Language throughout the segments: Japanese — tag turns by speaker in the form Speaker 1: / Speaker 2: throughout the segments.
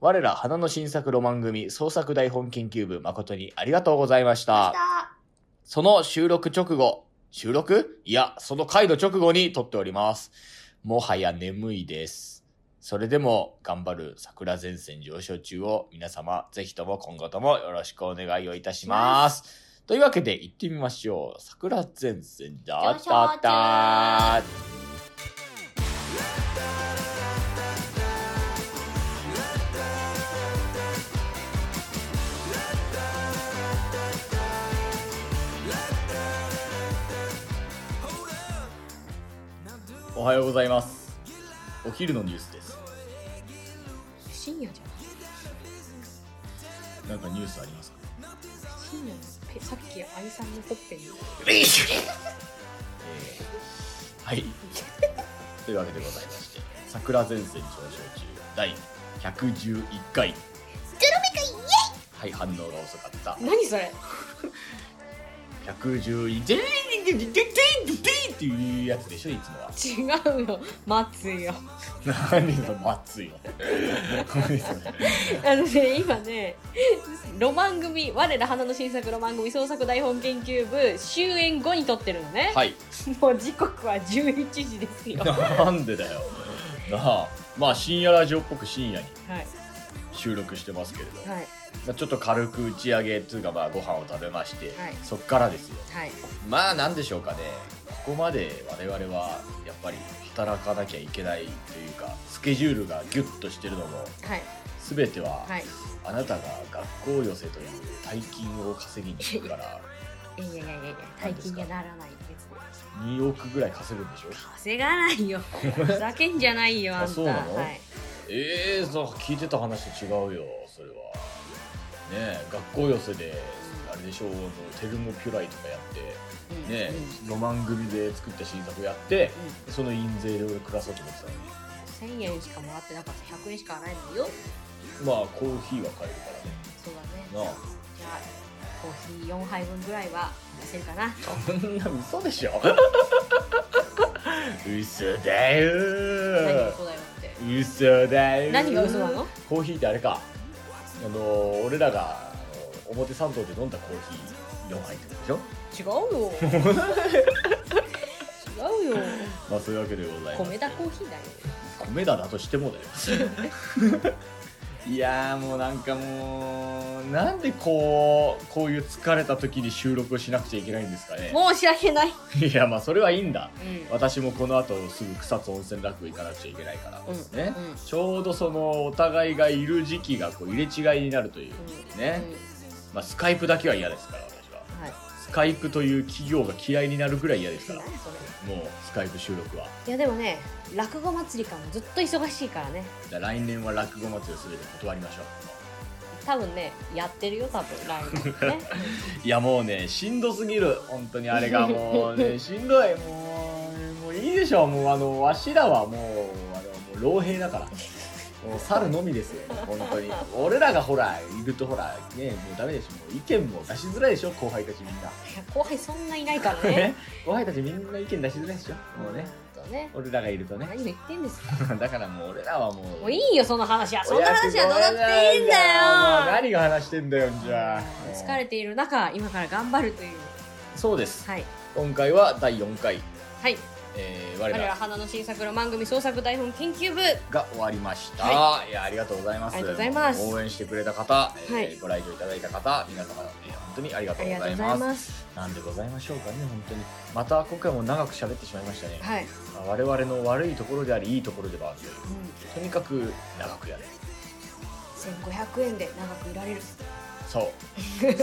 Speaker 1: 我ら花の新作ロマン組創作台本研究部誠にありがとうございました。その収録直後、収録いや、その回の直後に撮っております。もはや眠いです。それでも頑張る桜前線上昇中を皆様、ぜひとも今後ともよろしくお願いをいたします。というわけで行ってみましょう。桜前線だ
Speaker 2: 上昇
Speaker 1: だ
Speaker 2: 中
Speaker 1: だおはようございます。お昼のニュースです。
Speaker 2: 深夜じゃない
Speaker 1: なんかニュースありますか
Speaker 2: 深夜のペさっき愛さんのほっぺに
Speaker 1: はい。というわけでございまして、桜前線上昇中第111回。はい、反応が遅かった。
Speaker 2: 何それ
Speaker 1: 111でっていうやつでしょいつもは
Speaker 2: 違うよ 待 つよ
Speaker 1: 何その熱いの何それ
Speaker 2: あのね今ねロマン組我ら花の新作ロマン組創作台本研究部終演後に撮ってるのね、
Speaker 1: はい
Speaker 2: もう時刻は11時で すよ、は
Speaker 1: なんでだよなあまあ深夜ラジオっぽく深夜に
Speaker 2: い
Speaker 1: 収録してますけれど、
Speaker 2: はい
Speaker 1: まあちょっと軽く打ち上げつうかまあご飯を食べまして、
Speaker 2: はい
Speaker 1: そっからですよ
Speaker 2: はい
Speaker 1: まあなんでしょうかねここまで我々はやっぱり働かなきゃいけないというかスケジュールがギュッとしてるのも
Speaker 2: はい
Speaker 1: 全ては
Speaker 2: はい
Speaker 1: あなたが学校寄せという大金を稼ぎに行く から
Speaker 2: いやいやいやいや大金にはならない別に
Speaker 1: 2億ぐらい稼ぐんでしょ
Speaker 2: 稼がな いよふざけんじゃないよあん
Speaker 1: あ
Speaker 2: た
Speaker 1: そうなの
Speaker 2: はい、
Speaker 1: ええー、そう聞いてた話と違うよそれはねえ学校寄せであれでしょうテルモピュライとかやって
Speaker 2: うん
Speaker 1: ねえ
Speaker 2: うん、
Speaker 1: ロマン組で作った新作やってその印税で俺暮らそうと思ってたのに
Speaker 2: 1000円しかもらってなかった100円しか払えないよ
Speaker 1: まあコーヒーは買えるからね
Speaker 2: そうだ
Speaker 1: な
Speaker 2: ね
Speaker 1: あ
Speaker 2: じゃあコーヒー4杯分ぐらいは出せるかな
Speaker 1: そんな嘘でしょ 嘘だよ
Speaker 2: 何がそうだよって
Speaker 1: 嘘だよ
Speaker 2: 何が嘘なの
Speaker 1: コーヒーってあれかあの俺らがあの表参道で飲んだコーヒー4杯ってことでしょ
Speaker 2: 違 うよ違うよ
Speaker 1: まあそういうわけでございます
Speaker 2: 米田コーヒーだよ
Speaker 1: 米田だとして もだよいやーもうなんかもうなんでこうこういう疲れた時に収録をしなくちゃいけないんですかね
Speaker 2: 申し訳ない、
Speaker 1: いやまあそれはいいんだ
Speaker 2: うん
Speaker 1: 私もこの後すぐ草津温泉楽部行かなくちゃいけないからですね、
Speaker 2: うんうん
Speaker 1: ちょうどそのお互いがいる時期がこう入れ違いになるというね、まあ、スカイプだけは嫌ですから私は
Speaker 2: うんはい
Speaker 1: スカイプという企業が嫌いになるぐらい嫌ですから
Speaker 2: 何
Speaker 1: もう
Speaker 2: それ
Speaker 1: スカイプ収録はい
Speaker 2: やでもね落語祭りからもずっと忙しいからね
Speaker 1: じゃあ来年は落語祭りを全て断りましょ
Speaker 2: 多分ねやってるよ多分ライブ ね
Speaker 1: ういやもうねしんどすぎる本当にあれがもう ねしんどいもうもういいでしょもうあのわしらはもうあのもう老兵だからもう猿のみですよ本当に俺らがほらいるとほらねもうダメでしょもう意見も出しづらいでしょ後輩たちみんな、
Speaker 2: 後輩そんないないからね
Speaker 1: ね後輩たちみんな意見出しづらいでしょもうね
Speaker 2: ほんとね
Speaker 1: 俺らがいるとね
Speaker 2: 何を言ってんですか
Speaker 1: だからもう俺らはもう
Speaker 2: もういいよその話はそんな話はどうだっていいんだ
Speaker 1: もう
Speaker 2: よ
Speaker 1: 何が話してんだよじゃあ
Speaker 2: 疲れている中今から頑張るという
Speaker 1: そうです
Speaker 2: はい
Speaker 1: 今回は第4回、
Speaker 2: はい
Speaker 1: えー我
Speaker 2: 我ら
Speaker 1: ら
Speaker 2: 花の新作の番組創作台本研究部
Speaker 1: が終わりました、、
Speaker 2: はい
Speaker 1: やありがとうございます
Speaker 2: ありがとうございます
Speaker 1: 応援してくれた方、えー
Speaker 2: はい
Speaker 1: ご来場いただいた方皆様、えー本当にありが
Speaker 2: あ
Speaker 1: とう
Speaker 2: りが
Speaker 1: ご
Speaker 2: とう
Speaker 1: ざい
Speaker 2: ご
Speaker 1: ま
Speaker 2: ざい
Speaker 1: す
Speaker 2: ます
Speaker 1: なんでございましょうかね本当にまた今回も長く喋ってしまいましたね、
Speaker 2: はい、うん、
Speaker 1: まあ我々の悪いところでありいいところではあるというとにかく長くやる
Speaker 2: 1500円で長くいられる
Speaker 1: そう大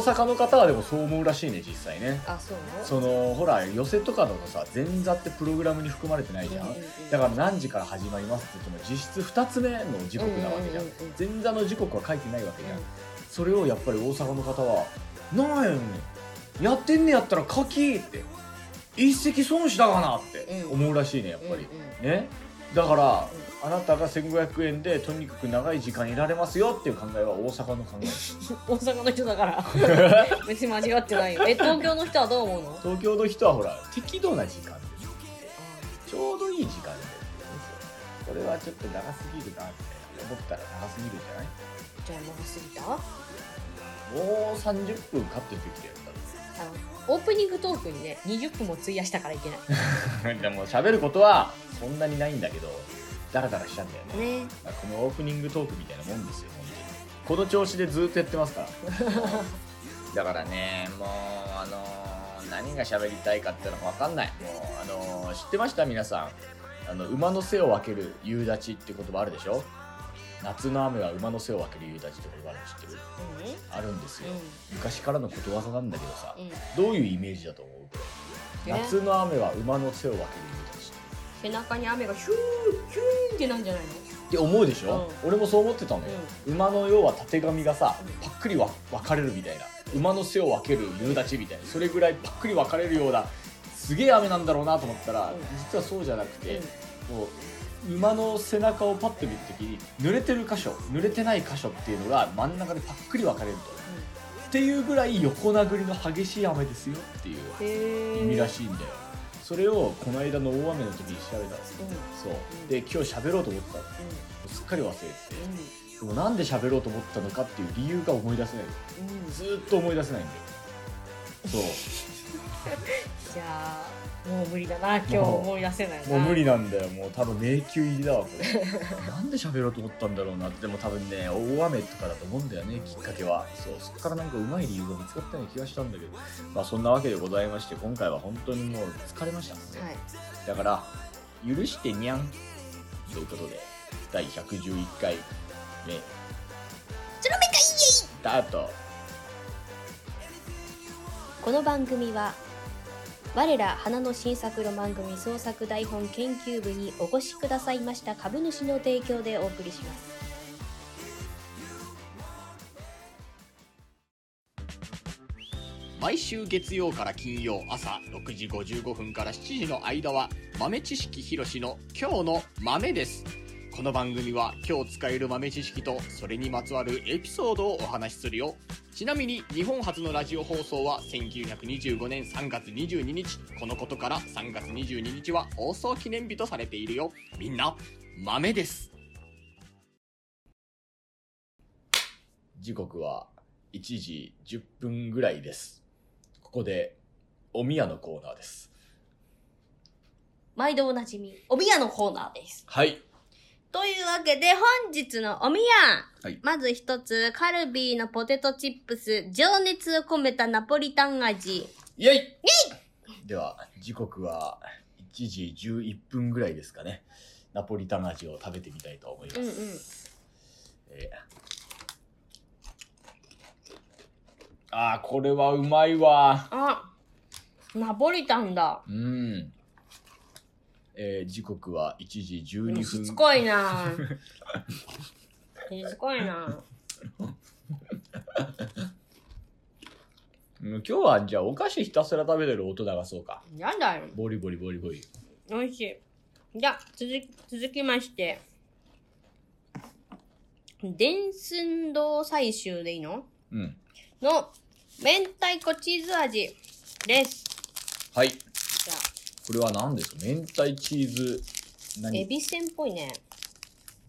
Speaker 1: 阪の方はでもそう思うらしいね実際ね
Speaker 2: あそうなの
Speaker 1: そのほら寄せとかのさ前座ってプログラムに含まれてないじゃん、だから何時から始まりますって言っても実質2つ目の時刻なわけじゃん,、
Speaker 2: うんうんうん
Speaker 1: 前座の時刻は書いてないわけじゃん、
Speaker 2: うん
Speaker 1: それをやっぱり大阪の方は「なんやねんやってんねやったら書き!」って一石損したかなって
Speaker 2: うん
Speaker 1: 思うらしいねやっぱり、
Speaker 2: うんうん
Speaker 1: ねだから、あなたが1500円でとにかく長い時間いられますよっていう考えは大阪の考え
Speaker 2: 大阪の人だから別に間違ってないよえ東京の人はどう思うの
Speaker 1: 東京の人はほら適度な時間でちょうどいい時間でこれはちょっと長すぎるなみたいな思ったら長すぎるんじゃない
Speaker 2: じゃあ長すぎたあ
Speaker 1: もう30分カットしてきてやった
Speaker 2: のオープニングトークにね20分も費やしたからいけな い
Speaker 1: でも喋ることはそんなにないんだけどダラダラしちゃうんだよね、
Speaker 2: ね
Speaker 1: まあこのオープニングトークみたいなもんですよ本当にこの調子でずっとやってますから だからねもうあのー何が喋りたいかってのが分かんないもうあのー知ってました皆さんあの馬の背を分ける夕立って言葉あるでしょ夏の雨は馬の背を分ける夕立って言葉あるの知ってるあるんですよ昔からのことわざなんだけどさ
Speaker 2: うんうん
Speaker 1: どういうイメージだと思うこれ
Speaker 2: ね
Speaker 1: 夏の雨は馬の背を分ける夕立
Speaker 2: 背中に雨がヒューヒューンってなんじゃないの
Speaker 1: って思うでしょ、俺もそう思ってたのよ、馬の要はたてがみがさ
Speaker 2: う
Speaker 1: パックリわ分かれるみたいな馬の背を分ける夕立みたいなそれぐらいパックリ分かれるようなすげえ雨なんだろうなと思ったら、
Speaker 2: うん
Speaker 1: 実はそうじゃなくて、
Speaker 2: う
Speaker 1: こう馬の背中をパッと見るときに濡れてる箇所濡れてない箇所っていうのが真ん中でパックリ分かれるとっていうぐらい横殴りの激しい雨ですよっていう意
Speaker 2: んへ
Speaker 1: 味
Speaker 2: え
Speaker 1: らしいんだよ、それをこの間の大雨の時に調べたんですよ
Speaker 2: うんうん
Speaker 1: そうで今日喋ろうと思ったのすっかり忘れて
Speaker 2: う
Speaker 1: てでもなんで喋ろうと思ったのかっていう理由が思い出せない
Speaker 2: んうん
Speaker 1: ずーっと思い出せないんだよそ
Speaker 2: じゃあもう無理だな今日思い出せないな
Speaker 1: うもう無理なんだよもう多分迷宮入りだわこ れなんで喋ろうと思ったんだろうなってでも多分ね大雨とかだと思うんだよねきっかけはそうそっからなんかうまい理由が見つかったような気がしたんだけどまあそんなわけでございまして今回は本当にもう疲れました、
Speaker 2: はい
Speaker 1: だから許してにゃんということで第111回目
Speaker 2: その目かい
Speaker 1: スタート
Speaker 2: この番組は我ら花の新作ロマン組創作台本研究部にお越しくださいました株主の提供でお送りします
Speaker 1: 毎週月曜から金曜朝6時55分から7時の間は豆知識ひろしの今日の豆ですこの番組は今日使える豆知識とそれにまつわるエピソードをお話しするよちなみに日本初のラジオ放送は1925年3月22日このことから3月22日は放送記念日とされているよみんな豆です時刻は1時10分ぐらいです。ここで、おみやのコーナーです。
Speaker 2: 毎度おなじみおみやのコーナーです
Speaker 1: はい。
Speaker 2: というわけで本日のおみや、
Speaker 1: はい
Speaker 2: まず一つカルビーのポテトチップス情熱を込めたナポリタン味
Speaker 1: イェイイェイでは、時刻は1時11分ぐらいですかね。ナポリタン味を食べてみたいと思います。
Speaker 2: うんうん
Speaker 1: えーああ、これはうまいわ。
Speaker 2: あナポリタンだ
Speaker 1: うん。えー時刻は1時12分。
Speaker 2: しつこいなしつこい な
Speaker 1: うん今日はじゃあお菓子ひたすら食べてる音流そうか。
Speaker 2: やだよ
Speaker 1: ボリボリボリボリ。
Speaker 2: 美味しい。じゃあ、続き、続きまして。伝寸堂採集でいいの
Speaker 1: うん。
Speaker 2: の、明太子チーズ味です。
Speaker 1: はい。
Speaker 2: じゃ
Speaker 1: これは何ですか明太チーズ
Speaker 2: あ、エ
Speaker 1: 何
Speaker 2: ビせんっぽいね。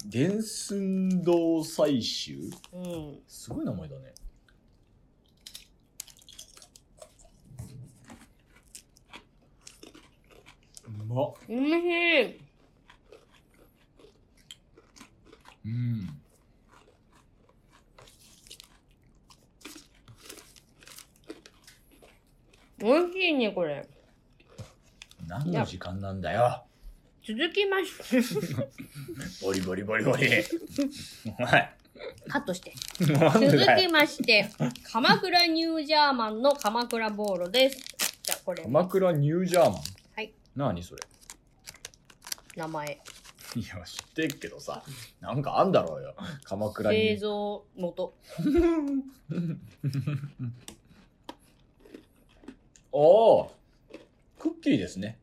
Speaker 1: 伝寸堂採集
Speaker 2: うん。
Speaker 1: すごい名前だねうまっ
Speaker 2: おいしい。
Speaker 1: うん
Speaker 2: おいしいね、これ。
Speaker 1: 何の時間なんだよ
Speaker 2: 続きまして。
Speaker 1: ボリボリボリボ リお前
Speaker 2: カットして。
Speaker 1: なん
Speaker 2: 続
Speaker 1: でだ
Speaker 2: き
Speaker 1: よ
Speaker 2: まして、鎌倉ニュージャーマンの鎌倉ボーロです。じゃあ、これ、
Speaker 1: 鎌倉ニュージャーマン
Speaker 2: はい
Speaker 1: 何それ
Speaker 2: 名前。
Speaker 1: いや知ってっけどさなんかあんだろうよ鎌倉ニュー
Speaker 2: 製造元。
Speaker 1: おークッキーですね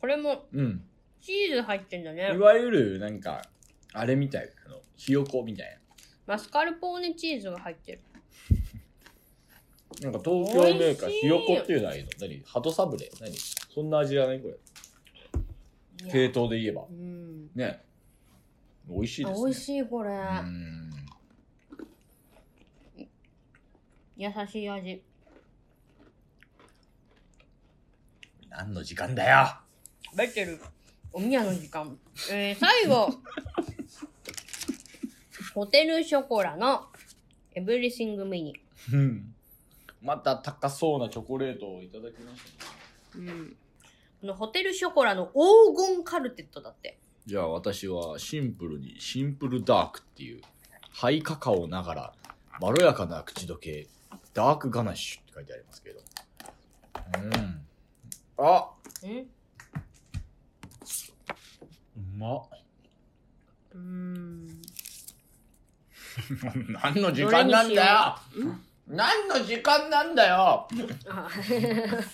Speaker 2: これも、
Speaker 1: うん
Speaker 2: チーズ入ってんだね
Speaker 1: い。わゆるなんかあれみたいあのひよこみたい
Speaker 2: マスカルポーネチーズが入ってる。
Speaker 1: ななんか東京メーカー
Speaker 2: 美味しい
Speaker 1: ひよこっていうのはいいの何鳩サブレ何そんな味じゃないこれ
Speaker 2: いや
Speaker 1: 系統で言えば
Speaker 2: うん。
Speaker 1: ね美味しい
Speaker 2: あ
Speaker 1: です、ね。
Speaker 2: 美味しいこれ、
Speaker 1: うん
Speaker 2: 優しい味
Speaker 1: 何の時間だよ。
Speaker 2: ベてるおみやの時間えー、最後ホテルショコラのエブリシングミニ
Speaker 1: うんまた高そうなチョコレートをいただきました、ね。
Speaker 2: うんこのホテルショコラの黄金カルテットだって
Speaker 1: じゃあ私はシンプルにシンプルダークっていうハイカカオながらまろやかな口どけダークガナッシュって書いてありますけど。うん。あ
Speaker 2: うん
Speaker 1: うまっ。
Speaker 2: うーん
Speaker 1: 何の時間なんだよ何の時間なんだよ
Speaker 2: あ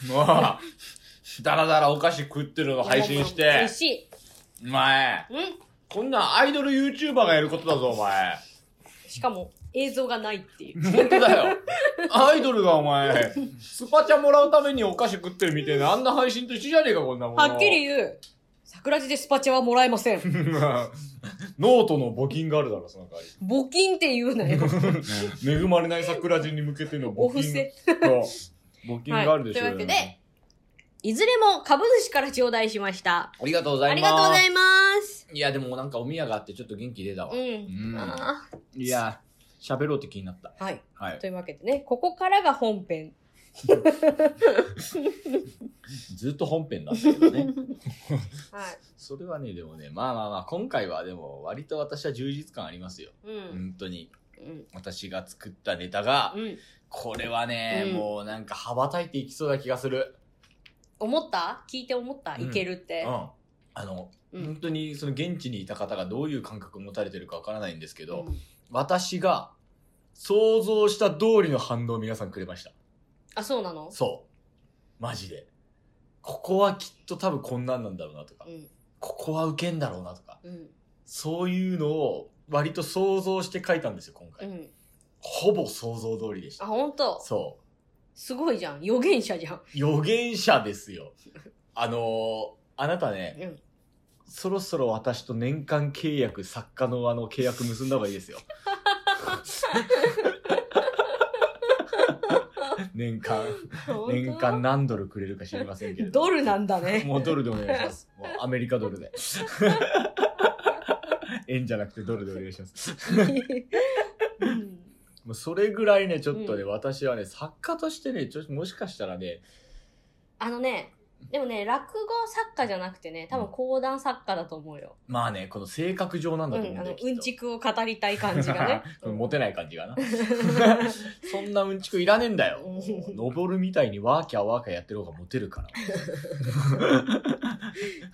Speaker 1: もう、だらだらお菓子食ってるの配信し
Speaker 2: 美
Speaker 1: て
Speaker 2: 味。しい
Speaker 1: お前、
Speaker 2: うん
Speaker 1: こんなんアイドル YouTuber がやることだぞ、お前。
Speaker 2: しかも映像がないっていう
Speaker 1: 本当だよ。アイドルがお前、スパチャもらうためにお菓子食ってるみたいな、あんな配信と一緒じゃねえか、こんなもん。
Speaker 2: はっ きり。言う桜地でスパチャはもらえません
Speaker 1: ノートの募金があるだろ、その代わり。
Speaker 2: 募金って言うなよ
Speaker 1: 恵まれない桜地に向けての募金。
Speaker 2: お布施
Speaker 1: そう募金があるでしょうよ、
Speaker 2: はいというわけでいずれも株主から頂戴しました
Speaker 1: ありがとうござ
Speaker 2: あ
Speaker 1: い
Speaker 2: り
Speaker 1: ます。
Speaker 2: がとうございます
Speaker 1: いや、でもなんかお宮があってちょっと元気出たわ。
Speaker 2: うん、
Speaker 1: うん
Speaker 2: あ
Speaker 1: いや、喋ろうって気になった。
Speaker 2: ーはい
Speaker 1: はい。
Speaker 2: というわけでねここからが本編
Speaker 1: ずっと本編だったけどね。
Speaker 2: はい
Speaker 1: それはね、でもね、まあまあまあ、今回はでも割と私は充実感ありますよ。
Speaker 2: うん
Speaker 1: 本当に。
Speaker 2: うん
Speaker 1: 私が作ったネタが、
Speaker 2: うん
Speaker 1: これはね、
Speaker 2: うん
Speaker 1: もうなんか羽ばたいていきそうな気がする。
Speaker 2: 思った聞いて思った、
Speaker 1: うん
Speaker 2: いけるっ
Speaker 1: う
Speaker 2: て、
Speaker 1: ん。あの、
Speaker 2: うん
Speaker 1: 本当にその現地にいた方がどういう感覚を持たれてるかわからないんですけど、
Speaker 2: うん
Speaker 1: 私が想像した通りの反応を皆さんくれました。
Speaker 2: あそうなの
Speaker 1: そう。マジで。ここはきっと多分こんなんなんだろうなとか
Speaker 2: う、ん
Speaker 1: ここは受けんだろうなとか、
Speaker 2: うん
Speaker 1: そういうのを割と想像して書いたんですよ、今
Speaker 2: う
Speaker 1: 回。
Speaker 2: ん
Speaker 1: ほぼ想像通りでし
Speaker 2: あ
Speaker 1: た。
Speaker 2: 本当
Speaker 1: そ
Speaker 2: すごいじゃん予言者じゃん
Speaker 1: う。予言者ですよ。あのーあなたね、
Speaker 2: うん
Speaker 1: そろそろ私と年間契約、作家のあの契約結んだ方がいいです よ。年間、
Speaker 2: 本当
Speaker 1: 年間何ドルくれるか知りませんけれども。
Speaker 2: ドルなんだ ね
Speaker 1: もうドルでお願いします。もうアメリカドルで。 円じゃなくてドルでお願いします。
Speaker 2: うん
Speaker 1: もうそれぐらいね、ちょっとね、
Speaker 2: う
Speaker 1: 私はね、作家としてね、ちょっともしかしたらね、
Speaker 2: あのねでもね落語作家じゃなくてね多分講談作家だと思うよ、
Speaker 1: まあね、この性格上なん
Speaker 2: う
Speaker 1: だと思うん
Speaker 2: ん、
Speaker 1: だ
Speaker 2: あ
Speaker 1: よ
Speaker 2: の
Speaker 1: きっと
Speaker 2: うんちくを語りたい感じ がね
Speaker 1: このモテ
Speaker 2: ない
Speaker 1: ない感じが な。そんなうんちくいらねえんだよ。
Speaker 2: うん
Speaker 1: もう登るみたいにワーキャーワーキャーやってる方がモテるか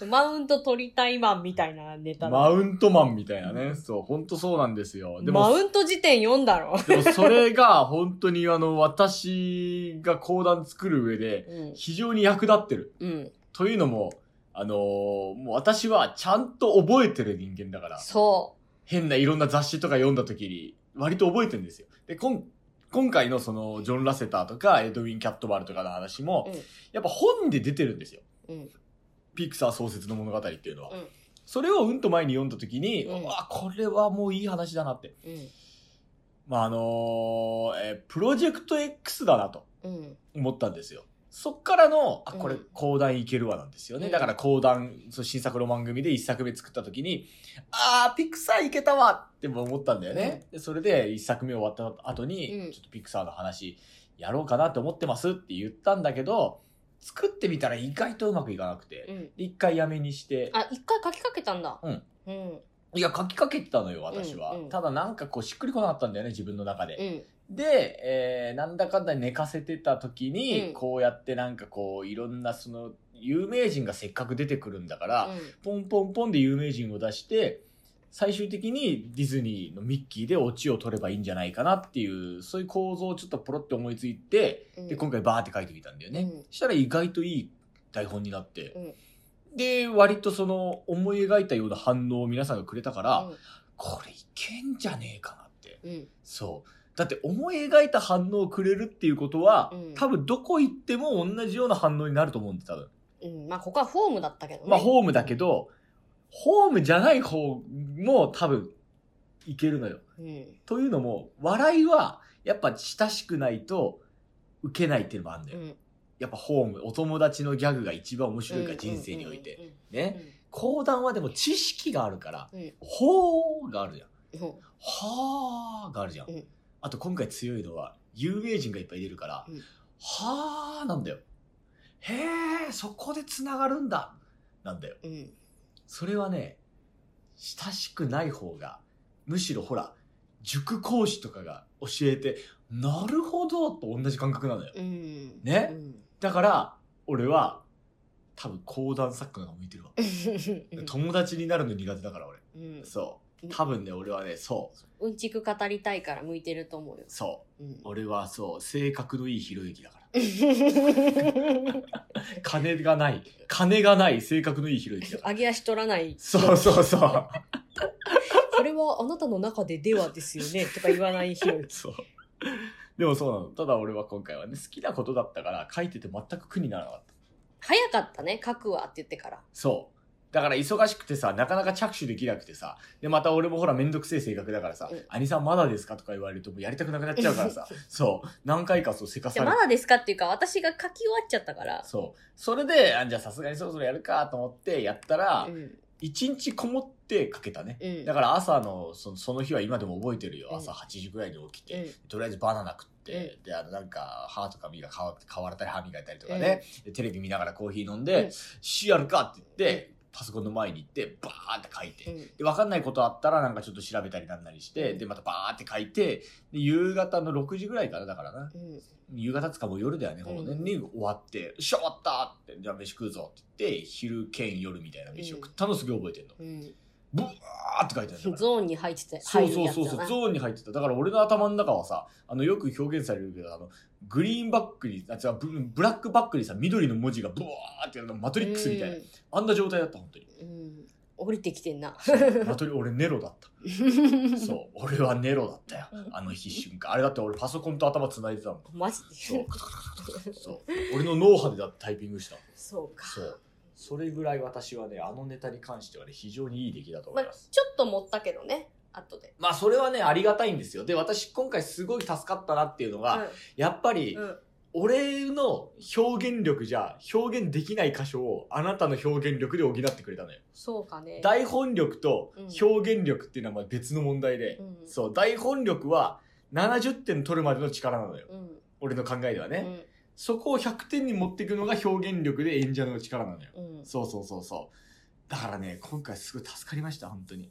Speaker 2: マウント取りたいマンみたいなネタ
Speaker 1: ら。
Speaker 2: だ
Speaker 1: マウントマンみたいなね。そう、ほんとそうなんですよ。でも
Speaker 2: マウント辞典読んだろ、
Speaker 1: でもそれが本当にあの、私が講談作る上で、
Speaker 2: うん
Speaker 1: 非常に役立ってる。
Speaker 2: うん、
Speaker 1: というのも、あのーもう私はちゃんと覚えてる人間だから、
Speaker 2: そ
Speaker 1: 変ないろんな雑誌とか読んだ時に、割と覚えてるんですよ。で、こん今回のその、ジョン・ラセターとか、エドウィン・キャットバルとかの話も、
Speaker 2: うん
Speaker 1: やっぱ本で出てるんですよ。
Speaker 2: う、うん、
Speaker 1: ピクサー創設の物語っていうのは。
Speaker 2: うん
Speaker 1: それをうんと前に読んだ時に、
Speaker 2: うん
Speaker 1: うわ、これはもういい話だなって。
Speaker 2: うん
Speaker 1: まあ、あのーえープロジェクト X だなと。
Speaker 2: うん
Speaker 1: 思ったんですよ。そっからの、あ、
Speaker 2: うん
Speaker 1: これ、講談いけるわなんですよね。
Speaker 2: うん
Speaker 1: だから講談、そう新作ロマン組で一作目作った時に、あー、ピクサーいけたわって思ったんだよね。でそれで一作目終わった後に、
Speaker 2: うん
Speaker 1: ちょっとピクサーの話やろうかなって思ってますって言ったんだけど、作ってみたら意外とうまくいかなく
Speaker 2: う
Speaker 1: て、
Speaker 2: ん
Speaker 1: で一回やめにして、
Speaker 2: あ一回書きかけたんだ
Speaker 1: うん
Speaker 2: うん
Speaker 1: いや、書きかけてたのよ、私は。
Speaker 2: うんうん
Speaker 1: ただなんかこう、しっくりこなかったんだよね、自分の中で。
Speaker 2: うん
Speaker 1: で、えーなんだかんだ寝かせてた時に、
Speaker 2: うん
Speaker 1: こうやってなんかこういろんなその有名人がせっかく出てくるんだから、ポンポンポンで有名人を出して最終的にディズニーのミッキーでオチを取ればいいんじゃないかなっていうそういう構造をちょっとポロって思いついて
Speaker 2: うん
Speaker 1: で今回バーって書いてみたんだよね、
Speaker 2: うん
Speaker 1: したら意外といい台本になって、
Speaker 2: うん
Speaker 1: で割とその思い描いたような反応を皆さんがくれたから、これいけんじゃねえかなって
Speaker 2: うんうん
Speaker 1: そう。だって思い描いた反応をくれるっていうことは、
Speaker 2: うん
Speaker 1: 多分どこ行っても同じような反応になると思うんです、多分。
Speaker 2: うんまあここはフォームだったけどね
Speaker 1: まあ、ホームだけど、ホームじゃない方も多分いけるのよ。
Speaker 2: うん。
Speaker 1: というのも、笑いはやっぱ親しくないと受けないっていうのもあるんだ
Speaker 2: う
Speaker 1: よ。
Speaker 2: ん。
Speaker 1: やっぱホーム、お友達のギャグが一番面白いから人生において。ね。講談はでも知識があるから、
Speaker 2: うん
Speaker 1: ほーがあるじゃん。
Speaker 2: うん。うん。
Speaker 1: はーがあるじゃん。
Speaker 2: うん
Speaker 1: あと今回強いのは、有名人がいっぱい出るから、
Speaker 2: うん
Speaker 1: はーなんだよ。へー、そこで繋がるんだなんだよ。
Speaker 2: うん。
Speaker 1: それはね、親しくない方が、むしろほら、塾講師とかが教えて、なるほどと同じ感覚なのよ。
Speaker 2: うん。
Speaker 1: ね
Speaker 2: うん
Speaker 1: だから、俺は、多分講談作家の方が向いてるわ。
Speaker 2: うん
Speaker 1: 友達になるの苦手だから俺。
Speaker 2: うん。
Speaker 1: そう
Speaker 2: う。ん
Speaker 1: 多分ね、俺はね、そう。
Speaker 2: うんちく語りたいから向いてると思うよ。
Speaker 1: そう。
Speaker 2: うん
Speaker 1: 俺はそう、性格のいいひろゆきだから。 金がない。金がない性格のいいひろゆきだから。
Speaker 2: 上げ足取らない。
Speaker 1: そうそうそう。
Speaker 2: それはあなたの中でではですよね。とか言わないひろゆ き。
Speaker 1: そう。でもそうなの。ただ俺は今回はね、好きなことだったから書いてて全く苦にならなかった。
Speaker 2: 早かったね。書くわって言ってから。
Speaker 1: そう。だから忙しくてさ、なかなか着手できなくてさ、で、また俺もほらめんどくせえ性格だからさ
Speaker 2: うん、
Speaker 1: 兄さんまだですかとか言われるともうやりたくなくなっちゃうから さ、そう。何回かそうせか
Speaker 2: じ
Speaker 1: さ
Speaker 2: ゃあ
Speaker 1: れ
Speaker 2: ま
Speaker 1: て。
Speaker 2: だですかっていうか、私が書き終わっちゃったから。
Speaker 1: そう。それで、あじゃあさすがにそろそろやるかと思ってやったら
Speaker 2: う、ん。
Speaker 1: 一日こもって書けたね。
Speaker 2: うん。
Speaker 1: だ
Speaker 2: か
Speaker 1: から朝のそのその日は今でも覚えてるよ
Speaker 2: うん
Speaker 1: 朝8時ぐらいに起きて、
Speaker 2: うん
Speaker 1: とりあえずバナナ食って、であのなんか歯とか磨かわ変わらたり歯磨いたりとかね、でテレビ見ながらコーヒー飲ん
Speaker 2: うん
Speaker 1: で「し、やるか」って言って、パソコンの前に行ってバーって書いて。
Speaker 2: うん。
Speaker 1: で分かんないことあったらなんかちょっと調べたりなんなりして、
Speaker 2: うん
Speaker 1: でまたバーって書いてで夕方の6時ぐらいからだからな
Speaker 2: うん。
Speaker 1: 夕方つかもう夜だよねほぼね、
Speaker 2: うん
Speaker 1: に終わって「よっしゃ終わった!」って「じゃあ飯食うぞ」って言って昼兼夜みたいな飯を食ったのすげえ覚えてるの、
Speaker 2: うん。
Speaker 1: ブワーって書いてあるんだから
Speaker 2: ゾーンに入ってた。
Speaker 1: そう
Speaker 2: 入る
Speaker 1: そう
Speaker 2: やつ
Speaker 1: そう
Speaker 2: だ
Speaker 1: そう、
Speaker 2: な
Speaker 1: ゾーンに入ってた。だから俺の頭の中はさ、あの、よく表現されるけど、あの、グリーンバックに、あ、違う、ブブラックバックにさ、緑の文字がブワーって、あのマトリックスみたいな。あんな状態だった、本当 に。
Speaker 2: うん。うん降りてきてん な。
Speaker 1: そうマトリ、俺ネロだった。そう、俺はネロだったよ
Speaker 2: う。ん
Speaker 1: あの日瞬間。あれだって俺パソコンと頭繋いでたもん。
Speaker 2: マジ
Speaker 1: そ
Speaker 2: で
Speaker 1: う。。カタカタカタカタそう。俺の脳波でだってタイピングした。
Speaker 2: そうか。
Speaker 1: そう。それぐらい私はね、あのネタに関してはね、非常にいい出来だと思
Speaker 2: ま
Speaker 1: い
Speaker 2: あ、
Speaker 1: ます。
Speaker 2: ちょっと持ったけどね。後で。
Speaker 1: まあ、それはね、ありがたいんですよ。で、私、今回すごい助かったなっていうのが、やっぱり
Speaker 2: う、ん。
Speaker 1: 俺の表現力じゃ表現できない箇所をあなたの表現力で補ってくれたのよ。
Speaker 2: そうかね。
Speaker 1: 台本力と
Speaker 2: うん
Speaker 1: 表現力っていうのはまあ別の問題で
Speaker 2: う、ん。
Speaker 1: そう、台本力は70点取るまでの力なのよ。
Speaker 2: うん。
Speaker 1: 俺の考えではね。
Speaker 2: うん。
Speaker 1: そこを100点に持っていくのが表現力で演者の力なのよ。
Speaker 2: うん。
Speaker 1: そうそうそうそう。だからね、今回すごい助かりました、本当に。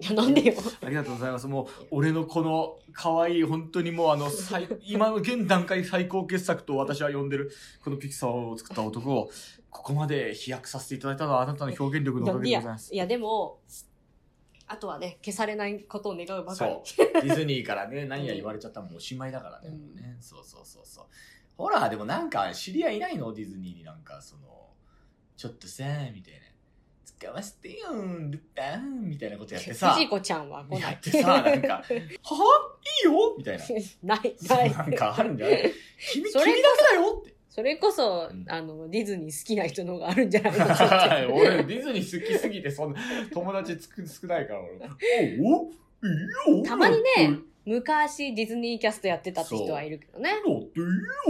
Speaker 2: いや、なんでよ。
Speaker 1: ありがとうございます。もう、俺のこの、可愛い、本当にもうあ の、最、今の現段階最高傑作と私は呼んでる、このピクサーを作った男を、ここまで飛躍させていただいたのはあなたの表現力のおかげでございます。
Speaker 2: いや、でも、あとはね、消されないことを願うば
Speaker 1: そ
Speaker 2: かり。
Speaker 1: う。 ディズニーからね、何や言われちゃったらもうおしまいだからね。
Speaker 2: うん
Speaker 1: もうねそうそうそうそう。ほら、でもなんか、知り合いいないのディズニーになんか、その、ちょっとさ、みたいな。使わせてよ、ルパン、みたいなことやってさ。
Speaker 2: 藤子ちゃんは来 な
Speaker 1: や
Speaker 2: い
Speaker 1: っ。てさ、なんか、はいいよみたいな。
Speaker 2: ない、な
Speaker 1: そうなん
Speaker 2: い。
Speaker 1: かあるんじゃ ない君、君
Speaker 2: そ
Speaker 1: だ
Speaker 2: れ
Speaker 1: けだよって。
Speaker 2: それこそ、
Speaker 1: うん
Speaker 2: あの、ディズニー好きな人の方があるんじゃない の
Speaker 1: 俺、ディズニー好きすぎて、そんな、友達つく少ないから、俺。おおいいよ
Speaker 2: たまにね昔、ディズニーキャストやってたって人はいるけどね。
Speaker 1: だってい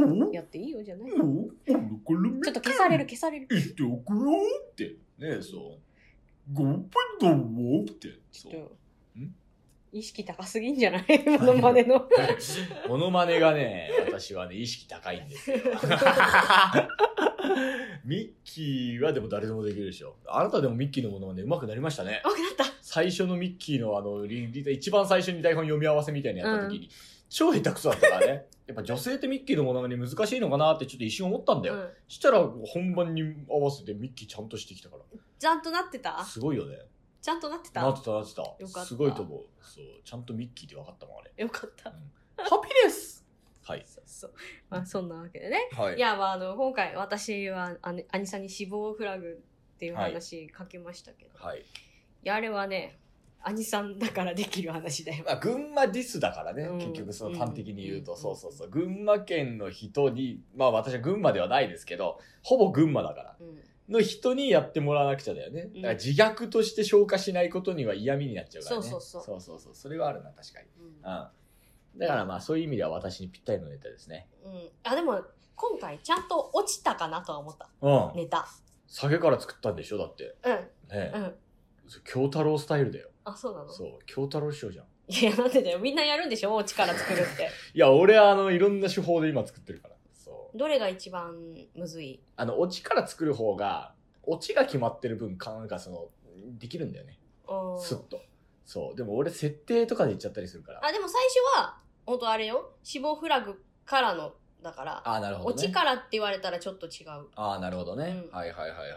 Speaker 1: いよ
Speaker 2: やっていいよじゃない。
Speaker 1: もう俺から見
Speaker 2: ちょ
Speaker 1: て
Speaker 2: っと消される、消される。
Speaker 1: 言っておくよって。ねえ、そう。ごめんだわって。そ
Speaker 2: ち
Speaker 1: う。
Speaker 2: ょっと
Speaker 1: ん
Speaker 2: 意識高すぎんじゃない ものまねの。
Speaker 1: モノマネがね、私はね、意識高いん ですよ。ミッキーはでも誰でもできるでしょ。あなたでもミッキーのモノマネ上手くなりましたね。
Speaker 2: あ、なった。
Speaker 1: 最初のミッキーのあの、リリ一番最初に台本読み合わせみたいなのやった時に、超下手くそだったからね。やっぱ女性ってミッキーのモノマネ難しいのかなってちょっと一瞬思ったんだよ。
Speaker 2: うん
Speaker 1: したら本番に合わせてミッキーちゃんとしてきたか
Speaker 2: ちゃんとなって
Speaker 1: ら。
Speaker 2: た
Speaker 1: すごいよね。
Speaker 2: ちゃんとなってた
Speaker 1: なってたなってた。
Speaker 2: よかった
Speaker 1: すごいと思う。そう。ちゃんとミッキーって分かったもん、あれ。
Speaker 2: よかった。
Speaker 1: ハピですはい。
Speaker 2: そうそう。まあ、そんなわけでね。
Speaker 1: はい
Speaker 2: や、まあ、あの、今回私は、あの、兄さんに死亡フラグっていう話かけましたけど。い、
Speaker 1: はい。
Speaker 2: や、あれはね、兄さんだからできる話だよ。
Speaker 1: まあ、群馬ディスだからね、
Speaker 2: うん
Speaker 1: 結局その端的に言うと、
Speaker 2: うん
Speaker 1: そうそうそう。群馬県の人に、まあ私は群馬ではないですけど、ほぼ群馬だから。
Speaker 2: うん。
Speaker 1: の人にやってもらわなくちゃだよね。
Speaker 2: うん
Speaker 1: だから自虐として消化しないことには嫌味になっちゃうからね。
Speaker 2: そうそうそう
Speaker 1: そうそうそうそれはあるな、確かに。
Speaker 2: うん
Speaker 1: うん。だからまあ、そういう意味では私にぴったりのネタですね。
Speaker 2: うん、あでも今回ちゃんと落ちたかなとは思った
Speaker 1: うん。
Speaker 2: ネタ
Speaker 1: 酒から作ったんでしょだって。
Speaker 2: う
Speaker 1: ね
Speaker 2: んうん
Speaker 1: 京太郎スタイルだよ。
Speaker 2: あそうなの
Speaker 1: そう。京太郎師匠じゃん。
Speaker 2: いやなんでだよみんなやるんでしょお家から作るって
Speaker 1: いや、俺はあの、いろんな手法で今作ってるから。そう。
Speaker 2: どれが一番むずい
Speaker 1: あの、オチから作る方が、オチが決まってる分、かなんかその、できるんだよね。
Speaker 2: うん
Speaker 1: スッと。そう。でも俺、設定とかで言っちゃったりするから。
Speaker 2: あでも最初は本当あれよ死亡フラグからのだから
Speaker 1: ああ、なるほど、ね。
Speaker 2: 落ちからって言われたらちょっと違う
Speaker 1: ああ、なるほどね、
Speaker 2: うん
Speaker 1: はいはいはいはい。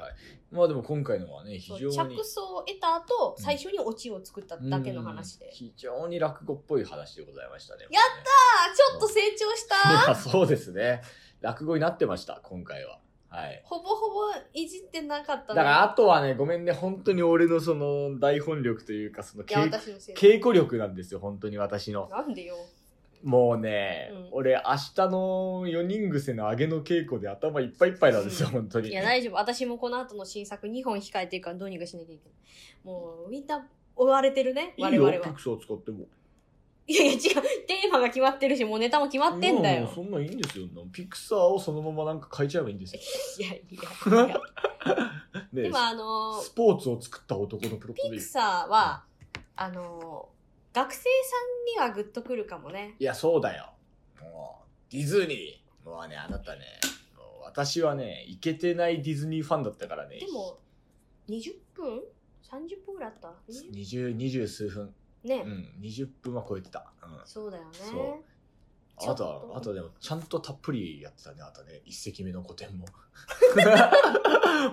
Speaker 1: まあでも今回のはね、非
Speaker 2: そう
Speaker 1: 常に
Speaker 2: 着。想を得た後最初にオチを作っただけの話で、
Speaker 1: うん非常に落語っぽい話でございましたね。
Speaker 2: やあちょっと成長し
Speaker 1: これね
Speaker 2: た
Speaker 1: いやそうですね。落語になってました、今回は。はい。
Speaker 2: ほぼほぼいじってなかった
Speaker 1: だ
Speaker 2: な
Speaker 1: からあとはね、ごめんね、本当に俺のその台本力というか、その
Speaker 2: いや
Speaker 1: 稽
Speaker 2: 私のせいだ
Speaker 1: 稽古力なんですよ、本当に私の。
Speaker 2: なんでよ
Speaker 1: もうね、
Speaker 2: うん
Speaker 1: 俺明日の4人癖の上げの稽古で頭いっぱいいっぱいなんですよ、
Speaker 2: うん
Speaker 1: 本当に。
Speaker 2: いや大丈夫私もこの後の新作2本控えてるからどうにかしなきゃいけないもうみんな追われてるね
Speaker 1: い
Speaker 2: 我
Speaker 1: いよ、
Speaker 2: 々
Speaker 1: ピ
Speaker 2: は
Speaker 1: クサー使っても。
Speaker 2: いやいや違うテーマが決まってるしもうネタも決まってんだ
Speaker 1: も
Speaker 2: よ
Speaker 1: うそんなんいいんですよ。ピクサーをそのままなんか変えちゃえばいいん ですよ。
Speaker 2: いやいやいや
Speaker 1: ね
Speaker 2: でもあの
Speaker 1: スポーツを作った男のプロット
Speaker 2: ピ
Speaker 1: でい
Speaker 2: ク
Speaker 1: い。
Speaker 2: サーはあの学生さんにはグッとくるかもね
Speaker 1: いや、そうだよ。もう、ディズニー。もうね、あなたね、もう私はね、いけてないディズニーファンだったからね。
Speaker 2: でも20分30分ぐらいあった
Speaker 1: 20、
Speaker 2: 20
Speaker 1: 20数分。
Speaker 2: ね、
Speaker 1: うん、20分は超えてた。うん。
Speaker 2: そうだよね
Speaker 1: そう
Speaker 2: ちょ
Speaker 1: あ
Speaker 2: っ
Speaker 1: と
Speaker 2: と
Speaker 1: は、あとでも、ちゃんとたっぷりやってたね、あとね、一席目の古 典も。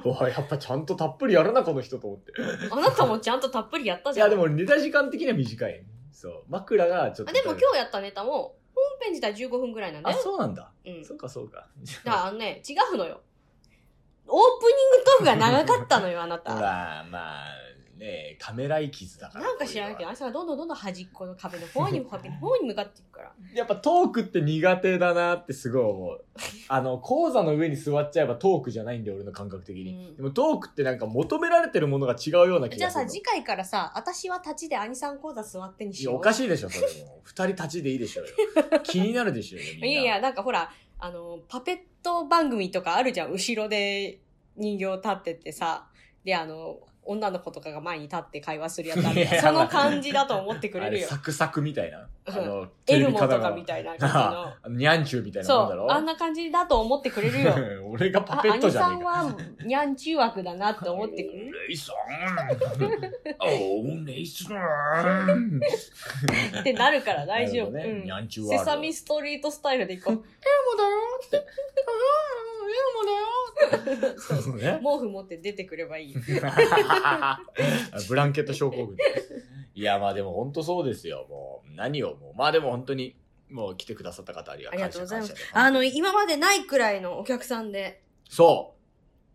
Speaker 1: おいやっぱちゃんとたっぷりやるな、この人と思って。
Speaker 2: あなたもちゃんとたっぷりやった
Speaker 1: い
Speaker 2: じゃ
Speaker 1: や、
Speaker 2: ん
Speaker 1: でもネタ時間的には短い。そう。枕がちょっ
Speaker 2: あ
Speaker 1: と。
Speaker 2: でも今日やったネタも本編自体15分ぐらいなんだ
Speaker 1: あ、
Speaker 2: よ
Speaker 1: そうなんだ。
Speaker 2: うん
Speaker 1: そうか、そうか。
Speaker 2: だからあのね、違うのよ。オープニングトークが長かったのよ、あな た。な
Speaker 1: まあ、まあ、ねためらい傷だから。
Speaker 2: んか知らんけど、
Speaker 1: こ
Speaker 2: あいつがどんどんどんどん端っこの壁の 方に、壁の方に向かっていくから。
Speaker 1: ういうのはやっぱトークって苦手だなってすごい思 う。あの、講座の上に座っちゃえばトークじゃないんで、俺の感覚的に。
Speaker 2: うん
Speaker 1: でもトークってなんか求められてるものが違うような気
Speaker 2: じ
Speaker 1: が
Speaker 2: ゃあ
Speaker 1: する
Speaker 2: さ、
Speaker 1: の。
Speaker 2: 次回からさ、私は立ちで兄さん講座座ってに
Speaker 1: い
Speaker 2: し
Speaker 1: や、
Speaker 2: よ
Speaker 1: お
Speaker 2: う。
Speaker 1: かしいでしょ、それも。二人立ちでいいで しょうよ。気になるでしょうよ、みんな。
Speaker 2: いやいや、なんかほら、あの、パペット番組とかあるじゃん。後ろで人形立っててさ、で、あの、女の子とかが前に立って会話するやつある
Speaker 1: い
Speaker 2: やん
Speaker 1: や
Speaker 2: その感じだと思ってくれ
Speaker 1: あ
Speaker 2: る
Speaker 1: れ、
Speaker 2: よ
Speaker 1: サ。クサクみたいな。あの、
Speaker 2: エ
Speaker 1: テレ
Speaker 2: ル
Speaker 1: ビ
Speaker 2: モ
Speaker 1: 神奈
Speaker 2: とか
Speaker 1: 川
Speaker 2: みたいな感じの。
Speaker 1: あのにゃんちゅうみたいなもんだ
Speaker 2: そ
Speaker 1: ろ
Speaker 2: う、あんな感じだと思ってくれるよ。
Speaker 1: 俺がパペットじゃねえか。
Speaker 2: あ、兄さんは、にゃんちゅう枠だなって思ってくる。
Speaker 1: レイさ ん。おレイさん。
Speaker 2: ってなるから大丈夫。
Speaker 1: なるほどね
Speaker 2: うん
Speaker 1: にゃんちゅうワー
Speaker 2: セ
Speaker 1: ルド
Speaker 2: サミストリートスタイルでい こう。
Speaker 1: そう ね。
Speaker 2: 毛布持って出てくればいいよ。
Speaker 1: ブランケット症候群。いや、まあでも本当そうですよ。もう、何をもう。まあでも本当に、もう来てくださった方ありが
Speaker 2: ありがとうございます。あ
Speaker 1: あ
Speaker 2: の、
Speaker 1: の、
Speaker 2: 今までないくらいのお客さんで、
Speaker 1: そう。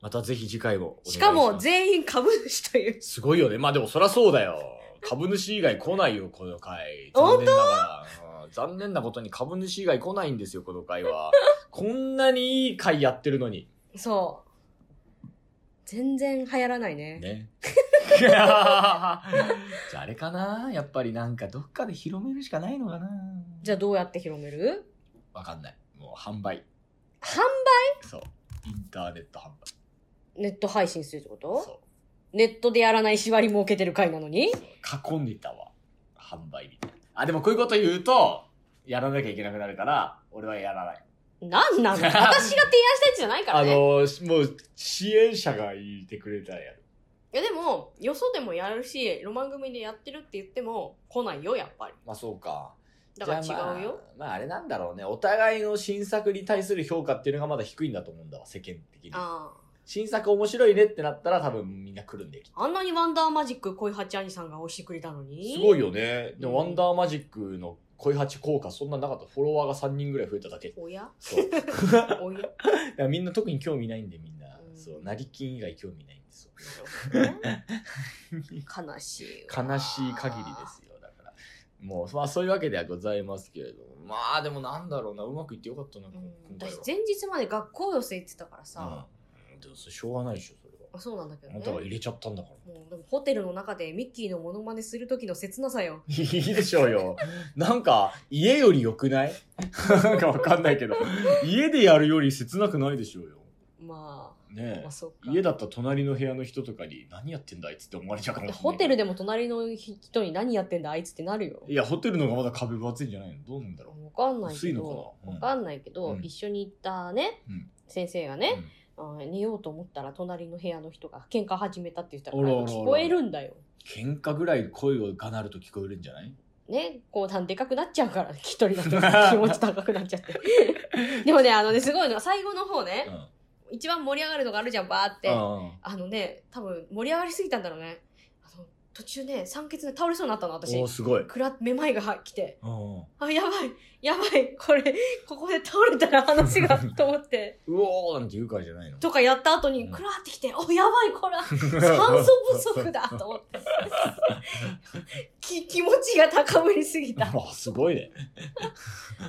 Speaker 1: またぜひ次回もお願います。
Speaker 2: しかも全員株主という。
Speaker 1: すごいよね。まあでもそりゃそうだよ。株主以外来ないよ、この回。残
Speaker 2: 本
Speaker 1: 念ながら。うん残念なことに株主以外来ないんですよ、この回 は。こんなにいい回やってるのに。
Speaker 2: そう。全然流行らないね。
Speaker 1: ね。じゃああれかなやっぱりなんかどっかで広めるしかないのかな
Speaker 2: じゃあどうやって広める
Speaker 1: わかんない。もう販売。
Speaker 2: 販
Speaker 1: そう。インターネット販売。
Speaker 2: ネット配信するってこと
Speaker 1: そ
Speaker 2: ネットでやらない縛り設けてる回なのに
Speaker 1: うそう。囲んでたわ。販売みたいな。あ、でもこういうこと言うと、やらなきゃいけなくなるから、俺はやらない。
Speaker 2: なんなの私 が提案したやつじゃないから
Speaker 1: あ
Speaker 2: ね。
Speaker 1: の、しもう、支援者がいてくれたらやる。
Speaker 2: いやでも、よそでもやるし、ロマン組でやってるって言っても来ないよ、やっぱり。
Speaker 1: まあそうか。
Speaker 2: だから違
Speaker 1: じゃあ
Speaker 2: うよ。。
Speaker 1: まあ、まああれなんだろうね。お互いの新作に対する評価っていうのがまだ低いんだと思うんだわ、世間的に。
Speaker 2: あ
Speaker 1: 新作面白いねってなったら多分みんな来るんでき
Speaker 2: ああんなにワンダーマジック恋八兄さんが押してくれたのに。
Speaker 1: すごい
Speaker 2: よ。
Speaker 1: よね。でも、
Speaker 2: うん
Speaker 1: ワンダーマジックの恋八効果そんななかった。フォロワーが3人ぐらい増えただけ。
Speaker 2: おや
Speaker 1: そう。だか
Speaker 2: おや
Speaker 1: らみんな特に興味ないんでみんな。
Speaker 2: うん
Speaker 1: そう。成金以外興味ないんですよ。
Speaker 2: 悲しいわ。
Speaker 1: 悲しい限りですよだからもうまあそういうわけではございますけれどもまあでもなんだろうなうまくいってよかったな、
Speaker 2: うん
Speaker 1: 今回は
Speaker 2: 私前日まで学校寄せ行ってたから
Speaker 1: うん
Speaker 2: さ、
Speaker 1: でもそれしょうがないでしょそれは
Speaker 2: あそうなんだけ
Speaker 1: あ
Speaker 2: ど
Speaker 1: な
Speaker 2: ね
Speaker 1: たが入れちゃったんだから。
Speaker 2: もうでもホテルの中でミッキーのモノマネする時の切なさよ
Speaker 1: いいでしょうよ。なんか、家より良くない なんかわかんないけど、家でやるより切なくないでしょうよ。
Speaker 2: まあ、
Speaker 1: ね
Speaker 2: まあそうか
Speaker 1: え。家だったら隣の部屋の人とかに、何やってんだあいつって思われちゃうかもしれない。
Speaker 2: ホテルでも隣の人に何やってんだあいつってなるよ
Speaker 1: いや、ホテルの方がまだ壁分厚いんじゃないのどうなんだろ
Speaker 2: わかん
Speaker 1: う
Speaker 2: ない
Speaker 1: 薄
Speaker 2: け
Speaker 1: いの
Speaker 2: ど
Speaker 1: かな、うん
Speaker 2: わかんないけど、
Speaker 1: うん
Speaker 2: 一緒に行ったね、
Speaker 1: うん
Speaker 2: 先生がね、あー寝ようと思ったら隣の部屋の人が喧嘩始めたって言ったから
Speaker 1: あらあらあら
Speaker 2: 聞こえるんだよ。
Speaker 1: 喧嘩ぐらい声をがなると聞こえるんじゃない
Speaker 2: ね、こうなんでかくなっちゃうから 一人 だと気持ち高くなっちゃって でもねあのねすごいのが最後の方ね、
Speaker 1: うん。
Speaker 2: 一番盛り上がるのがあるじゃんバーって、
Speaker 1: うん
Speaker 2: あのね多分盛り上がりすぎたんだろうねあの途中ね酸欠で倒れそうになったの私
Speaker 1: おーすごい。
Speaker 2: くらめまいがは来て
Speaker 1: うんうん
Speaker 2: あやばいやばいこれここで倒れたら話がと思って
Speaker 1: うおーなんて言うからじゃないの。
Speaker 2: とかやった後に
Speaker 1: うん
Speaker 2: クラーってきて、お、やばい、これ、酸素不足だと思って。き気持ちが高ぶりすぎた。
Speaker 1: あ、すごいね。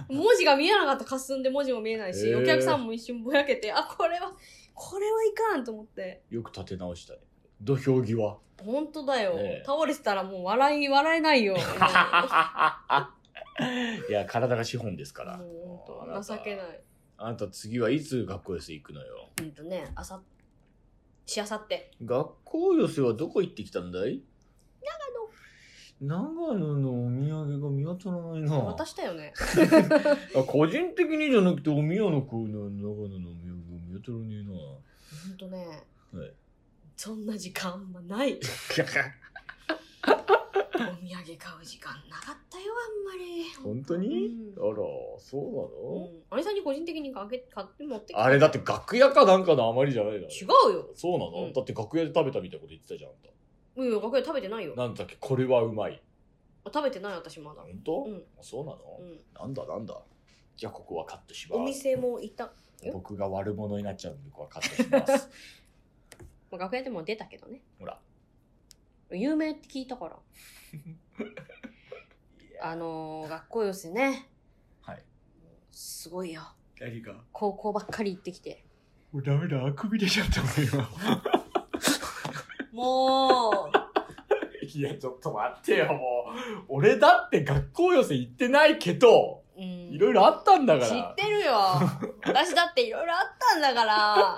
Speaker 2: 文字が見えなかった、かすんで文字も見えないし、
Speaker 1: へー
Speaker 2: お客さんも一瞬ぼやけて、あ、これは、これはいかんと思って。
Speaker 1: よく立て直したね。土俵際。
Speaker 2: 本当だよ。
Speaker 1: ねえ
Speaker 2: 倒れてたらもう笑い、笑えな いよ。もう
Speaker 1: いや、体が資本ですから。
Speaker 2: もう
Speaker 1: あな
Speaker 2: 本当
Speaker 1: た
Speaker 2: 情けない。
Speaker 1: あなた次はいつ学校寄せ行くのよ。
Speaker 2: うんとね、あさ、しあさって。
Speaker 1: 学校寄せはどこ行ってきたんだい長野。長野のお土産が見当たらないな。
Speaker 2: 渡したよね。
Speaker 1: あ個人的にじゃなくてお宮の子の長野のお土産が見当たら ねえな。
Speaker 2: 本当ね、
Speaker 1: はい
Speaker 2: そんな時間あんまない。お土産買う時間なかったよあんまり
Speaker 1: 本当に、
Speaker 2: う
Speaker 1: あ
Speaker 2: ん
Speaker 1: ら、そうなの、
Speaker 2: うん、あれさんに個人的にかけ買って持ってきた
Speaker 1: あれだって楽屋かなんかの余りじゃないの
Speaker 2: 違うよ
Speaker 1: そうなの、
Speaker 2: うん
Speaker 1: だって楽屋で食べたみたいなこと言ってたじゃん、あんた。
Speaker 2: うん楽屋食べてないよ
Speaker 1: なんだっけこれはうまい。
Speaker 2: 食べてない私まだ、
Speaker 1: 本当、
Speaker 2: うん
Speaker 1: そうなの、
Speaker 2: うん、
Speaker 1: なんだなんだじゃあここはカットします。
Speaker 2: お店も行った、え
Speaker 1: 僕が悪者になっちゃうんでここはカットし ます。
Speaker 2: まあ、楽屋でも出たけどね
Speaker 1: ほら。
Speaker 2: 有名って聞い たからあのー学校寄せね
Speaker 1: はい。
Speaker 2: すごいよ
Speaker 1: 何が
Speaker 2: 高校ばっかり行ってきて
Speaker 1: もうダメだ、あくび出ちゃったもん今。
Speaker 2: もう
Speaker 1: いや、ちょっと待ってよ、もう。俺だって学校寄せ行ってないけど、
Speaker 2: うん
Speaker 1: いろいろあったんだか
Speaker 2: 知
Speaker 1: ら
Speaker 2: っ。てるよ私だっていろいろあったんだから、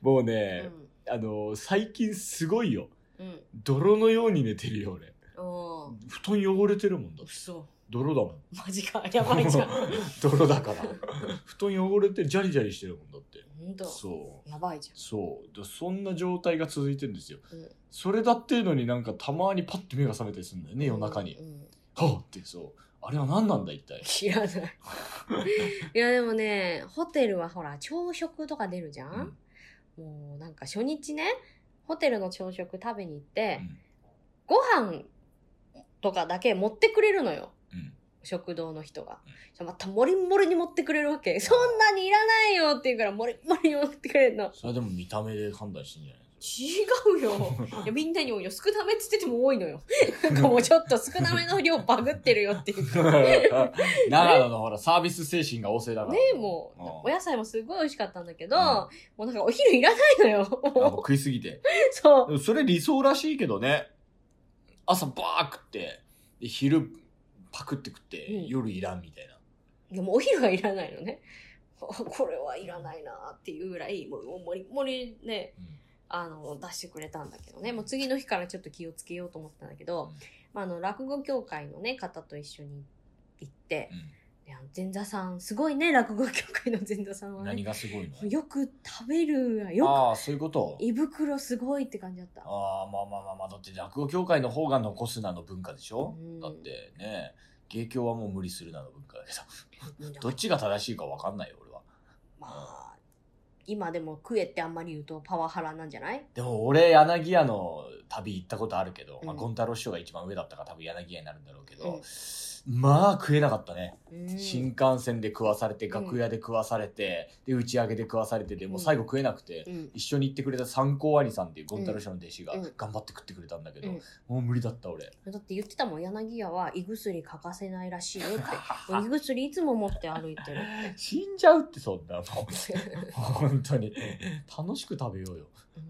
Speaker 1: もう
Speaker 2: う
Speaker 1: ね、
Speaker 2: ん
Speaker 1: あの、最近すごいよ。
Speaker 2: うん
Speaker 1: 泥のように寝てるよ、俺。
Speaker 2: うん
Speaker 1: 布団汚れてるもんだって。
Speaker 2: 嘘
Speaker 1: 泥だもん。
Speaker 2: マジかやばいじ ゃん
Speaker 1: 泥だ から。布団汚れて、ジャリジャリしてるもんだって。
Speaker 2: 本当
Speaker 1: そう。
Speaker 2: やばいじ
Speaker 1: そうだそんな状態が続いてるんですよ、
Speaker 2: うん
Speaker 1: それだっていうのになんかたまにパッて目が覚めたりするんだよ
Speaker 2: ゃ
Speaker 1: ね
Speaker 2: ん
Speaker 1: 夜中に、
Speaker 2: うん
Speaker 1: はあってそうあれは何なんだ一体
Speaker 2: 知らない いやでもねホテルはほら朝食とか出るじゃん、もうなんか初日ねホテルの朝食食べに行って、
Speaker 1: うん
Speaker 2: ご飯とかだけ持ってくれるのよ
Speaker 1: うん
Speaker 2: 食堂の人が
Speaker 1: うん。
Speaker 2: じゃあまたもりもりに持ってくれるわけ。そんなにいらないよって言うからもりもりに持ってくれるの。
Speaker 1: それでも見た目で判断してんじゃない
Speaker 2: 違う よ。いやみんなに多いよ。少なめって言ってても多いのよ。 なんかもうちょっと少なめの量バグってるよっていうか。
Speaker 1: 長野のほらサービス精神が旺盛だから
Speaker 2: ねえもう、お
Speaker 1: ん
Speaker 2: 野菜もすごい美味しかったんだけど、
Speaker 1: うん
Speaker 2: もうなんかお昼いらないの
Speaker 1: あもう
Speaker 2: よ。
Speaker 1: 食いすぎて
Speaker 2: そう。
Speaker 1: それ理想らしいけどね朝バー食ってで昼パクって食って、
Speaker 2: うん
Speaker 1: 夜いらんみたいな
Speaker 2: でもお昼はいらないのね。あこれはいらないなっていうぐらい、もうもりもりね、
Speaker 1: うん
Speaker 2: あの、出してくれたんだけどね。もう次の日からちょっと気をつけようと思ったんだけど、
Speaker 1: うん
Speaker 2: まあ、あの、落語協会のね、方と一緒に行って、
Speaker 1: うん
Speaker 2: であの前座さん、すごいね、落語協会の前座さんはね
Speaker 1: 何。がすごいの
Speaker 2: よく食べるわよ
Speaker 1: ああそういうこと
Speaker 2: く胃袋すごいって感じだった。
Speaker 1: ああまあまあまあまあだって落語協会の方が残すなの文化でしょ、
Speaker 2: うん
Speaker 1: だってね芸協はもう無理するなの文化だけどどっちが正しいか分かんないよ俺は
Speaker 2: まあ、今でも食えってあんまり言うとパワハラなんじゃない
Speaker 1: でも俺柳家の旅行ったことあるけど、まあ、
Speaker 2: うん
Speaker 1: ゴン太郎師匠が一番上だったから多分柳家になるんだろうけど、まあ食えなかったね、
Speaker 2: うん
Speaker 1: 新幹線で食わされて
Speaker 2: ん
Speaker 1: 楽屋で食わされて、で打ち上げで食わされてでもう最後食えなくて、
Speaker 2: うん
Speaker 1: 一緒に行ってくれた三光兄さんっていうゴン太郎師匠の弟子が
Speaker 2: うん
Speaker 1: 頑張って食ってくれたんだけど、
Speaker 2: うん
Speaker 1: もう無理だった俺
Speaker 2: だって言ってたもん柳家は胃薬欠かせないらしいよって 胃薬いつも持って歩いてるって
Speaker 1: 死んじゃうってそんなもう本当に楽しく食べようよ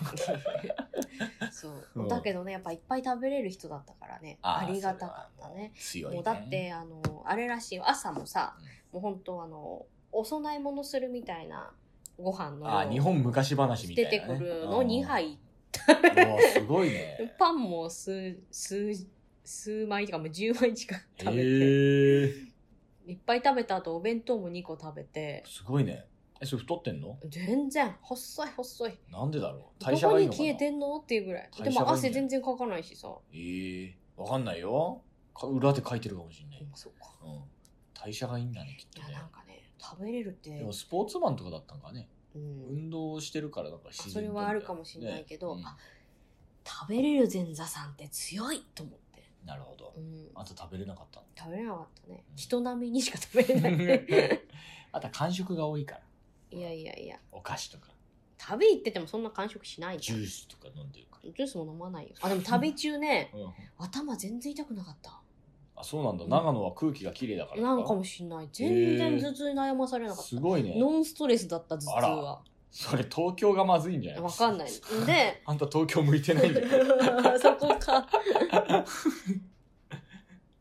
Speaker 2: うんそう、
Speaker 1: うん
Speaker 2: だけどねやっぱいっぱい食べれる人だったからねあ
Speaker 1: ー
Speaker 2: りがたかったね
Speaker 1: それは
Speaker 2: も
Speaker 1: も
Speaker 2: う
Speaker 1: う強いね
Speaker 2: だってあのあれらしいよ朝もさ、
Speaker 1: うん
Speaker 2: もう本当あのお供え物するみたいなご飯の
Speaker 1: あー日本昔話みたいな、ね、
Speaker 2: 出てくるの2杯
Speaker 1: うんうわすごいね
Speaker 2: パンも数数数枚とかもう10枚近く食べて、
Speaker 1: ええ
Speaker 2: いっぱい食べた後お弁当も2個食べて
Speaker 1: すごいねえそれ太ってんの
Speaker 2: 全然細い細い
Speaker 1: なんでだろう
Speaker 2: ど
Speaker 1: 代謝
Speaker 2: こ
Speaker 1: がいい
Speaker 2: に
Speaker 1: のかな
Speaker 2: 消えてんのっていうぐらいで
Speaker 1: 代謝がいいんじゃ
Speaker 2: も
Speaker 1: ない
Speaker 2: 汗全然かかないしさ
Speaker 1: ええわかんないよか裏で書いてるかもしれない、
Speaker 2: そうか
Speaker 1: うん、代謝がいいんだねきっと
Speaker 2: いや
Speaker 1: ね
Speaker 2: なんかね食べれるって
Speaker 1: でもスポーツマンとかだったんかね、
Speaker 2: うん、
Speaker 1: 運動してるからなんか自然と
Speaker 2: それはあるかもしれない
Speaker 1: ね
Speaker 2: けど、
Speaker 1: うん
Speaker 2: あ食べれる前座さんって強いと思って、
Speaker 1: なるほど
Speaker 2: うん、
Speaker 1: あと食べれなか ったんだ
Speaker 2: 食べれなかったね
Speaker 1: うん
Speaker 2: 人並みにしか食べれない
Speaker 1: あとは間食が多いから
Speaker 2: いやいやいや
Speaker 1: お菓子とか
Speaker 2: 旅行っててもそんな完食しない
Speaker 1: ジ
Speaker 2: じゃん
Speaker 1: ュー
Speaker 2: ジ
Speaker 1: スとか飲んでるか
Speaker 2: ュースも飲まないよあでも旅中ね
Speaker 1: ら、うん、
Speaker 2: 頭全然痛くなかった
Speaker 1: あそうなんだ長野は空気が綺麗だから
Speaker 2: なんかもしんない全然頭痛に悩まされなかった、
Speaker 1: すごいね
Speaker 2: ノンストレスだった頭痛は
Speaker 1: それ東京がまずいんじゃない
Speaker 2: わかん ないで
Speaker 1: あんた東京向いてないんだよ
Speaker 2: そこ か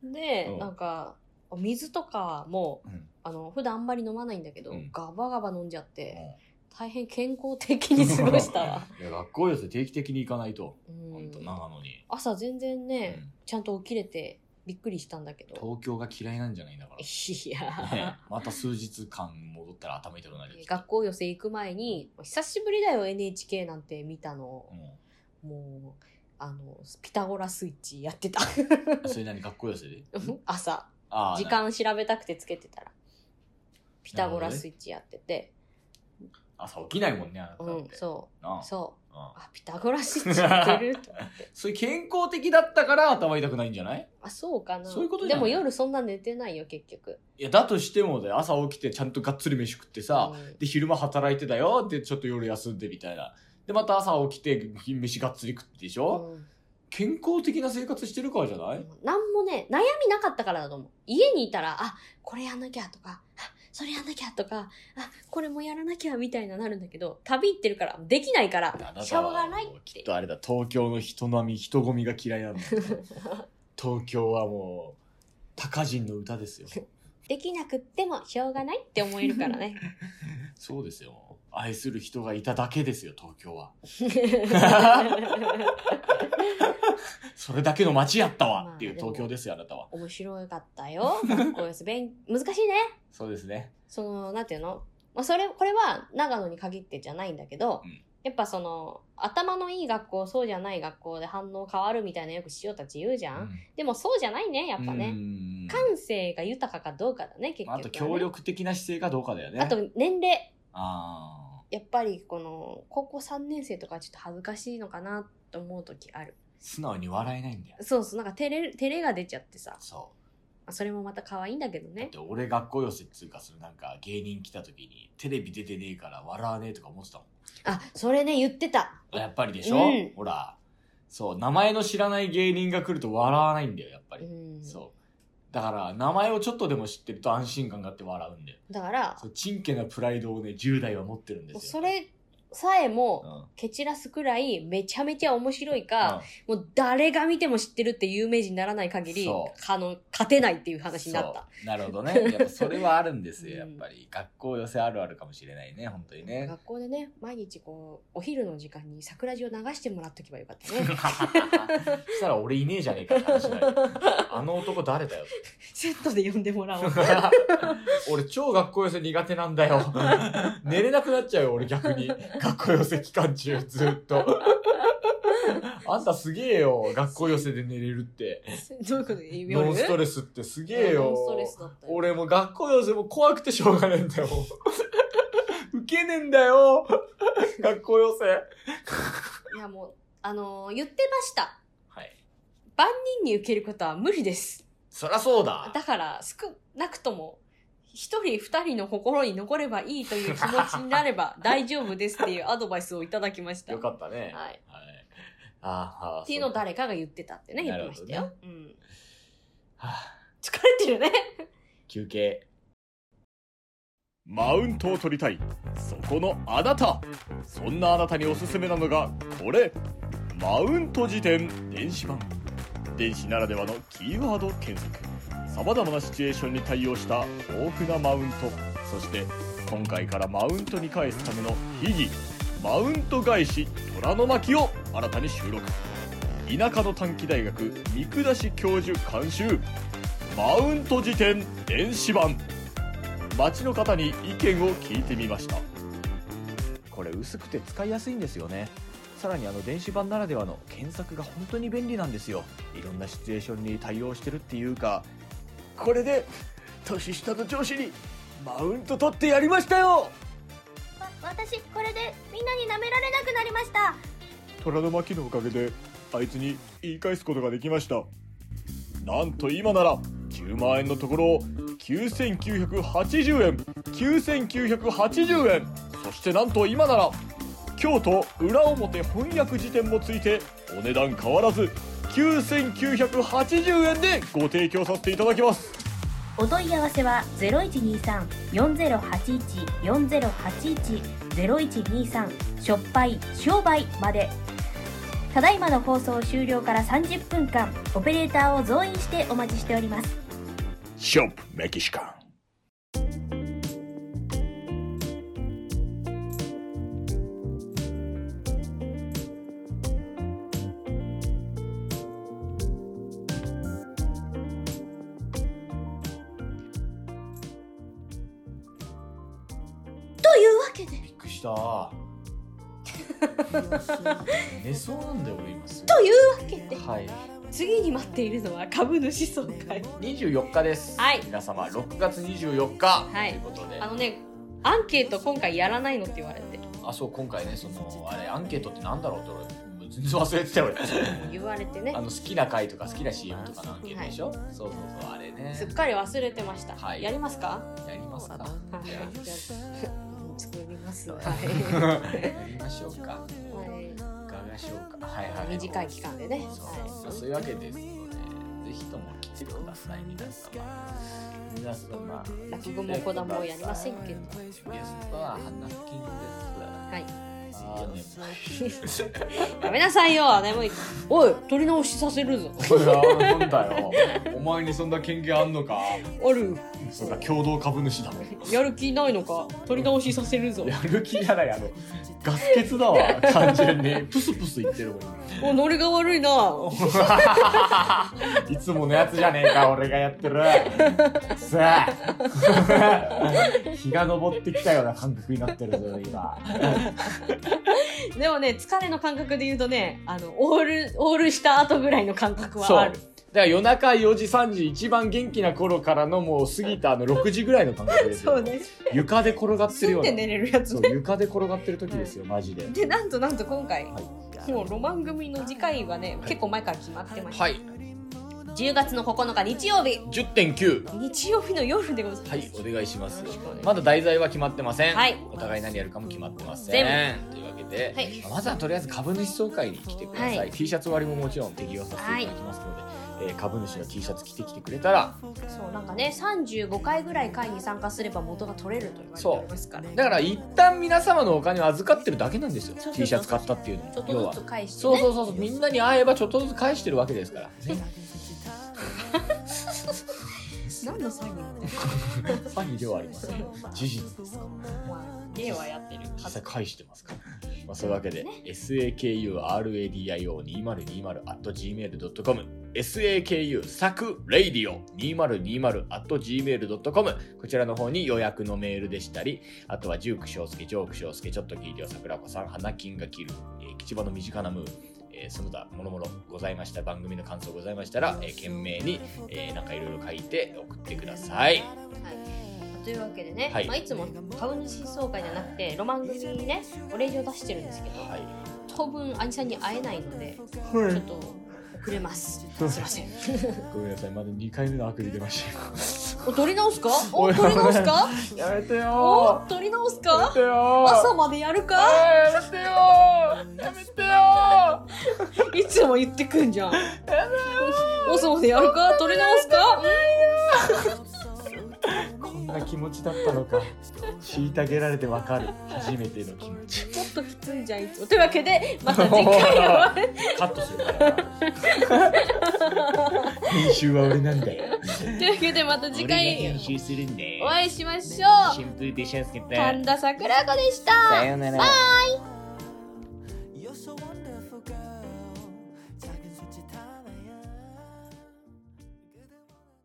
Speaker 2: で、
Speaker 1: うん
Speaker 2: なんか水とかも
Speaker 1: うん
Speaker 2: あの普段あんまり飲まないんだけど、
Speaker 1: うん
Speaker 2: ガバガバ飲んじゃっ
Speaker 1: う
Speaker 2: て、
Speaker 1: ん
Speaker 2: 大変健康的に過ごしたわ、
Speaker 1: いや学校寄せ定期的に行かないと
Speaker 2: うん
Speaker 1: 本当長野に、
Speaker 2: 朝全然ね、
Speaker 1: うん
Speaker 2: ちゃんと起きれてびっくりしたんだけど
Speaker 1: 東京が嫌いなんじゃないんだか
Speaker 2: い
Speaker 1: ら、ね
Speaker 2: や、
Speaker 1: また数日間戻ったら頭痛くなる
Speaker 2: 学校寄せ行く前に久しぶりだよ NHK なんて見たの
Speaker 1: う、ん
Speaker 2: もうあのピタゴラスイッチやってた
Speaker 1: それなりに学校寄せで
Speaker 2: 朝
Speaker 1: あー
Speaker 2: 時
Speaker 1: な
Speaker 2: 間調べたくてつけてたらピタゴラスイッチやってて、
Speaker 1: 朝起きないもんねあなただ
Speaker 2: う
Speaker 1: っ
Speaker 2: ん
Speaker 1: て、
Speaker 2: そ
Speaker 1: なあ
Speaker 2: うそう
Speaker 1: うん
Speaker 2: あピタゴラスイッチやってる と思って
Speaker 1: そういう健康的だったから頭痛くないんじゃない
Speaker 2: あそうかな
Speaker 1: そういうことじ
Speaker 2: で
Speaker 1: ゃない
Speaker 2: も夜そんな寝てないよ結局
Speaker 1: いやだとしてもで朝起きてちゃんとがっつり飯食ってさ、
Speaker 2: うん
Speaker 1: で昼間働いてたよでちょっと夜休んでみたいなでまた朝起きて飯がっつり食ってでしょ、
Speaker 2: うん
Speaker 1: 健康的な生活してるからじゃない、
Speaker 2: なんもね悩みなかったからだと思う家にいたらあこれやんなきゃとかあそれやんなきゃとかあこれもやらなきゃみたいななるんだけど旅行ってるからできないから
Speaker 1: あなたは
Speaker 2: しょうがないって
Speaker 1: きっとあれだ東京の人並み人混みが嫌い なんだ東京はもう高人の歌ですよ
Speaker 2: できなくってもしょうがないって思えるから ね
Speaker 1: そうですよ愛する人がいただけですよ東京はそれだけの街やったわ、
Speaker 2: まあ
Speaker 1: っていう東京ですよあなたは
Speaker 2: 面白かったよ学校寄せ勉難しいね
Speaker 1: そうですね
Speaker 2: そのなんていうの、まあ、それこれは長野に限ってじゃないんだけど、
Speaker 1: うん
Speaker 2: やっぱその頭のいい学校そうじゃない学校で反応変わるみたいなよく師匠たち言うじゃん、でもそうじゃないねやっぱね、
Speaker 1: ね
Speaker 2: 感性が豊かかどうかだね結局
Speaker 1: まあ
Speaker 2: は
Speaker 1: あと
Speaker 2: ね、
Speaker 1: 協力的な姿勢がどうかだよね
Speaker 2: あと年齢
Speaker 1: あー
Speaker 2: やっぱりこの高校3年生とかはちょっと恥ずかしいのかなと思う時ある
Speaker 1: 素直に笑えないんだよ
Speaker 2: そうそうなんか照れ照れが出ちゃってさ、ま
Speaker 1: そう
Speaker 2: あ、それもまた可愛いんだけど
Speaker 1: だっ
Speaker 2: ね
Speaker 1: て俺学校寄せっつうかそのなんか芸人来た時にテレビ出てねえから笑わねえとか思ってたもん
Speaker 2: あそれね言ってた
Speaker 1: やっぱりでしょ、
Speaker 2: うん
Speaker 1: ほらそう名前の知らない芸人が来ると笑わないんだよやっぱ
Speaker 2: う
Speaker 1: り、
Speaker 2: ん
Speaker 1: そうだから名前をちょっとでも知ってると安心感があって笑うんだよ
Speaker 2: だから
Speaker 1: そうちんけなプライドをね10代は持ってるんです
Speaker 2: もう
Speaker 1: よ
Speaker 2: それさえ
Speaker 1: う
Speaker 2: も
Speaker 1: ん
Speaker 2: 蹴散らすくらいめちゃめちゃ面白いか、もう誰が見ても知ってるって有名人にならない限り
Speaker 1: そ
Speaker 2: あの勝てないっていう話になった
Speaker 1: そうなるほどねやっぱそれはあるんです
Speaker 2: うん
Speaker 1: よやっぱり学校寄せあるあるかもしれないね本当にね
Speaker 2: 学校でね毎日こうお昼の時間に桜地を流してもらっとけばよかった ね
Speaker 1: そしたら俺いねえじゃねえかって話だよあの男誰だよ
Speaker 2: セットで呼んでもらおう
Speaker 1: 俺超学校寄せ苦手なんだ よ寝れなくなっちゃうよ俺逆に学校寄せ期間中ずっとあんたすげえよ学校寄せで寝れるって
Speaker 2: どういうことで
Speaker 1: ノンストレスってすげえよ
Speaker 2: ノンストレスだったよ
Speaker 1: 俺もう学校寄せも怖くてしょうがねえんだよ受けねえんだよ学校寄せ
Speaker 2: いやもうあのー言ってました。
Speaker 1: はい。
Speaker 2: 万人に受けることは無理です。
Speaker 1: そらそうだ。
Speaker 2: だから、少なくとも、一人二人の心に残ればいいという気持ちになれ ば大丈夫ですっていうアドバイスをいただきました。
Speaker 1: よかったね。
Speaker 2: はい。
Speaker 1: はい。ああ、
Speaker 2: っていうのを
Speaker 1: だ。
Speaker 2: 誰かが言ってたってね、言ってました
Speaker 1: な
Speaker 2: よ。うん。
Speaker 1: はあ
Speaker 2: 疲れてるね。
Speaker 1: 休憩マウントを取りたいそこのあなたそんなあなたにおすすめなのがこれマウント辞典電子版電子ならではのキーワード検索さまざまなシチュエーションに対応した豊富なマウントそして今回からマウントに返すための秘技マウント返し虎の巻を新たに収録田舎の短期大学三下し教授監修マウント辞典電子版街の方に意見を聞いてみましたこれ薄くて使いやすいんですよねさらにあの電子版ならではの検索が本当に便利なんですよいろんなシチュエーションに対応してるっていうかこれで年下の上司にマウント取ってやりましたよ
Speaker 3: わ私これでみんなに舐められなくなりました
Speaker 1: 虎の巻のおかげであいつに言い返すことができましたなんと今なら10万円のところを9980円9980円そしてなんと今なら京都裏表翻訳辞典もついてお値段変わらず9980円でご提供させていただきます
Speaker 3: お問い合わせは0123-4081-4081-0123しょっぱい商売までただいまの放送終了から30分間オペレーターを増員してお待ちしております
Speaker 1: ショップメキシカン
Speaker 2: というわけで、
Speaker 1: びっくりした寝そうなんだよ俺今す
Speaker 2: というわけで、
Speaker 1: はい
Speaker 2: 次に待っているのは株主総会。
Speaker 1: 24日です、
Speaker 2: はい
Speaker 1: 皆様6月24日、
Speaker 2: はい
Speaker 1: ということで
Speaker 2: あのね、アンケート今回やらないのって言われて、
Speaker 1: あそう今回ねそのあれアンケートってなんだろうって俺もう全然忘れ てたよ俺
Speaker 2: 言われて
Speaker 1: あ
Speaker 2: ね、
Speaker 1: の好きな回とか好きな CM とかのアンケートでしょ、そうそうそうあれね
Speaker 2: すっかり忘れてました。
Speaker 1: はい
Speaker 2: やりますか
Speaker 1: やりますか
Speaker 2: はい。
Speaker 1: じ
Speaker 2: じゃ
Speaker 1: ゃ
Speaker 2: あ 作ります。はい。
Speaker 1: あやりましょうか
Speaker 2: はい
Speaker 1: かがでしょうかはいはい
Speaker 2: 短い期間でね。
Speaker 1: そう
Speaker 2: は
Speaker 1: まあそういうわけですのでぜひとも来てください皆様皆様
Speaker 2: い。落語もこだもやりませんけど。
Speaker 1: ゲストは花金です
Speaker 2: はい。
Speaker 1: あーね
Speaker 2: やめなさいよ。眠い。おい、取り直しさせるぞ。
Speaker 1: そりゃなんだよお前にそんな権限あんのか
Speaker 2: おる。
Speaker 1: そんな共同株主だもん
Speaker 2: やる気ないのか。取り直しさせるぞ。
Speaker 1: やる気じゃないあのガス欠だわ完全 にプスプス言ってるもん
Speaker 2: お、ノリが 悪いな。
Speaker 1: いつものやつじゃねえか俺がやってるさあ日が昇ってきたような感覚になってるぞ今
Speaker 2: でもね、疲れの感覚で言うとね、あの、オール、オールした後ぐらいの感覚
Speaker 1: そう
Speaker 2: はある。
Speaker 1: だから夜中4時3時一番元気な頃からのもう過ぎたあの6時ぐらいの感覚ですよ
Speaker 2: そうね。
Speaker 1: 床で転がってる
Speaker 2: す
Speaker 1: よ
Speaker 2: っ
Speaker 1: う
Speaker 2: て
Speaker 1: な
Speaker 2: 寝れるやつ
Speaker 1: そう
Speaker 2: ね。
Speaker 1: 床で転がってる時ですよマジで
Speaker 2: で、なんとなんと今回、
Speaker 1: はい
Speaker 2: もうロマン組の次回はね、結構前から決まってました。
Speaker 1: はい
Speaker 2: 10月の9日日曜日
Speaker 1: 10.9
Speaker 2: 日曜日の夜でございます、
Speaker 1: はい、お願いします
Speaker 2: よろしくお願いし。ま
Speaker 1: まだ題材は決まってません。
Speaker 2: はい
Speaker 1: お互い何やるかも決まってません。というわけで、
Speaker 2: はい
Speaker 1: まずはとりあえず株主総会に来てください。
Speaker 2: はい
Speaker 1: T シャツ割りももちろん適用させていただきますので、えー株主の T シャツ着てきてくれたら、
Speaker 2: すそうなんかね35回ぐらい会に参加すれば元が取れると言われておりますからね
Speaker 1: だから一旦皆様のお金を預かってるだけなんですよ
Speaker 2: そうそう。そう
Speaker 1: T シャツ買ったっていうの
Speaker 2: ちょっ
Speaker 1: は。要
Speaker 2: と
Speaker 1: は
Speaker 2: ず。つ返して
Speaker 1: そう
Speaker 2: ね
Speaker 1: そうそうそう、みんなに会えばちょっとずつ返してるわけですから。
Speaker 2: なんで最後まで
Speaker 1: ファニーではあり ません。事実です。
Speaker 2: 芸はやってる
Speaker 1: 実際返してますから。まあ、そういうわけで、sakurradio2020.gmail.com saku 作 radio2020.gmail.com こちらの方に予約のメールでしたり、あとはジューク翔介、ジョーク翔介、ちょっと聞いてよ桜子さん、花金が切る、えー吉場の身近なムー、えーその他もろもろございました番組の感想ございましたら、えー懸命に、えーなんかいろいろ書いて送ってください。
Speaker 2: というわけでね、
Speaker 1: はい
Speaker 2: まあ、いつも株主総会じゃなくてロマン組にねお礼状出してるんですけど、
Speaker 1: はい。
Speaker 2: 当分兄さんに会えないのでち
Speaker 1: は
Speaker 2: ょっと遅れますすいません
Speaker 1: ごめんなさい、まだ2回目の悪意出ましたよ。
Speaker 2: お取り直すかお取り直すか
Speaker 1: やめて
Speaker 2: お
Speaker 1: よ
Speaker 2: 取り直す
Speaker 1: ーやめ
Speaker 2: か
Speaker 1: てよー
Speaker 2: 朝までやるか
Speaker 1: あーやめてよーやめてよー
Speaker 2: いつも言ってくんじゃん朝までやるか取り直すか
Speaker 1: こんな気持ちだったのか虐げられてわかる初めての気持ち
Speaker 2: ちょっときついじゃんいつもというわけでまた次回お会い
Speaker 1: カットするから編集は俺なんだよ
Speaker 2: というわけでまた次回
Speaker 1: 集するんで
Speaker 2: お会いしましょう
Speaker 1: 春風でしゃすけ
Speaker 2: 神田桜子でした
Speaker 1: よなら
Speaker 2: バイ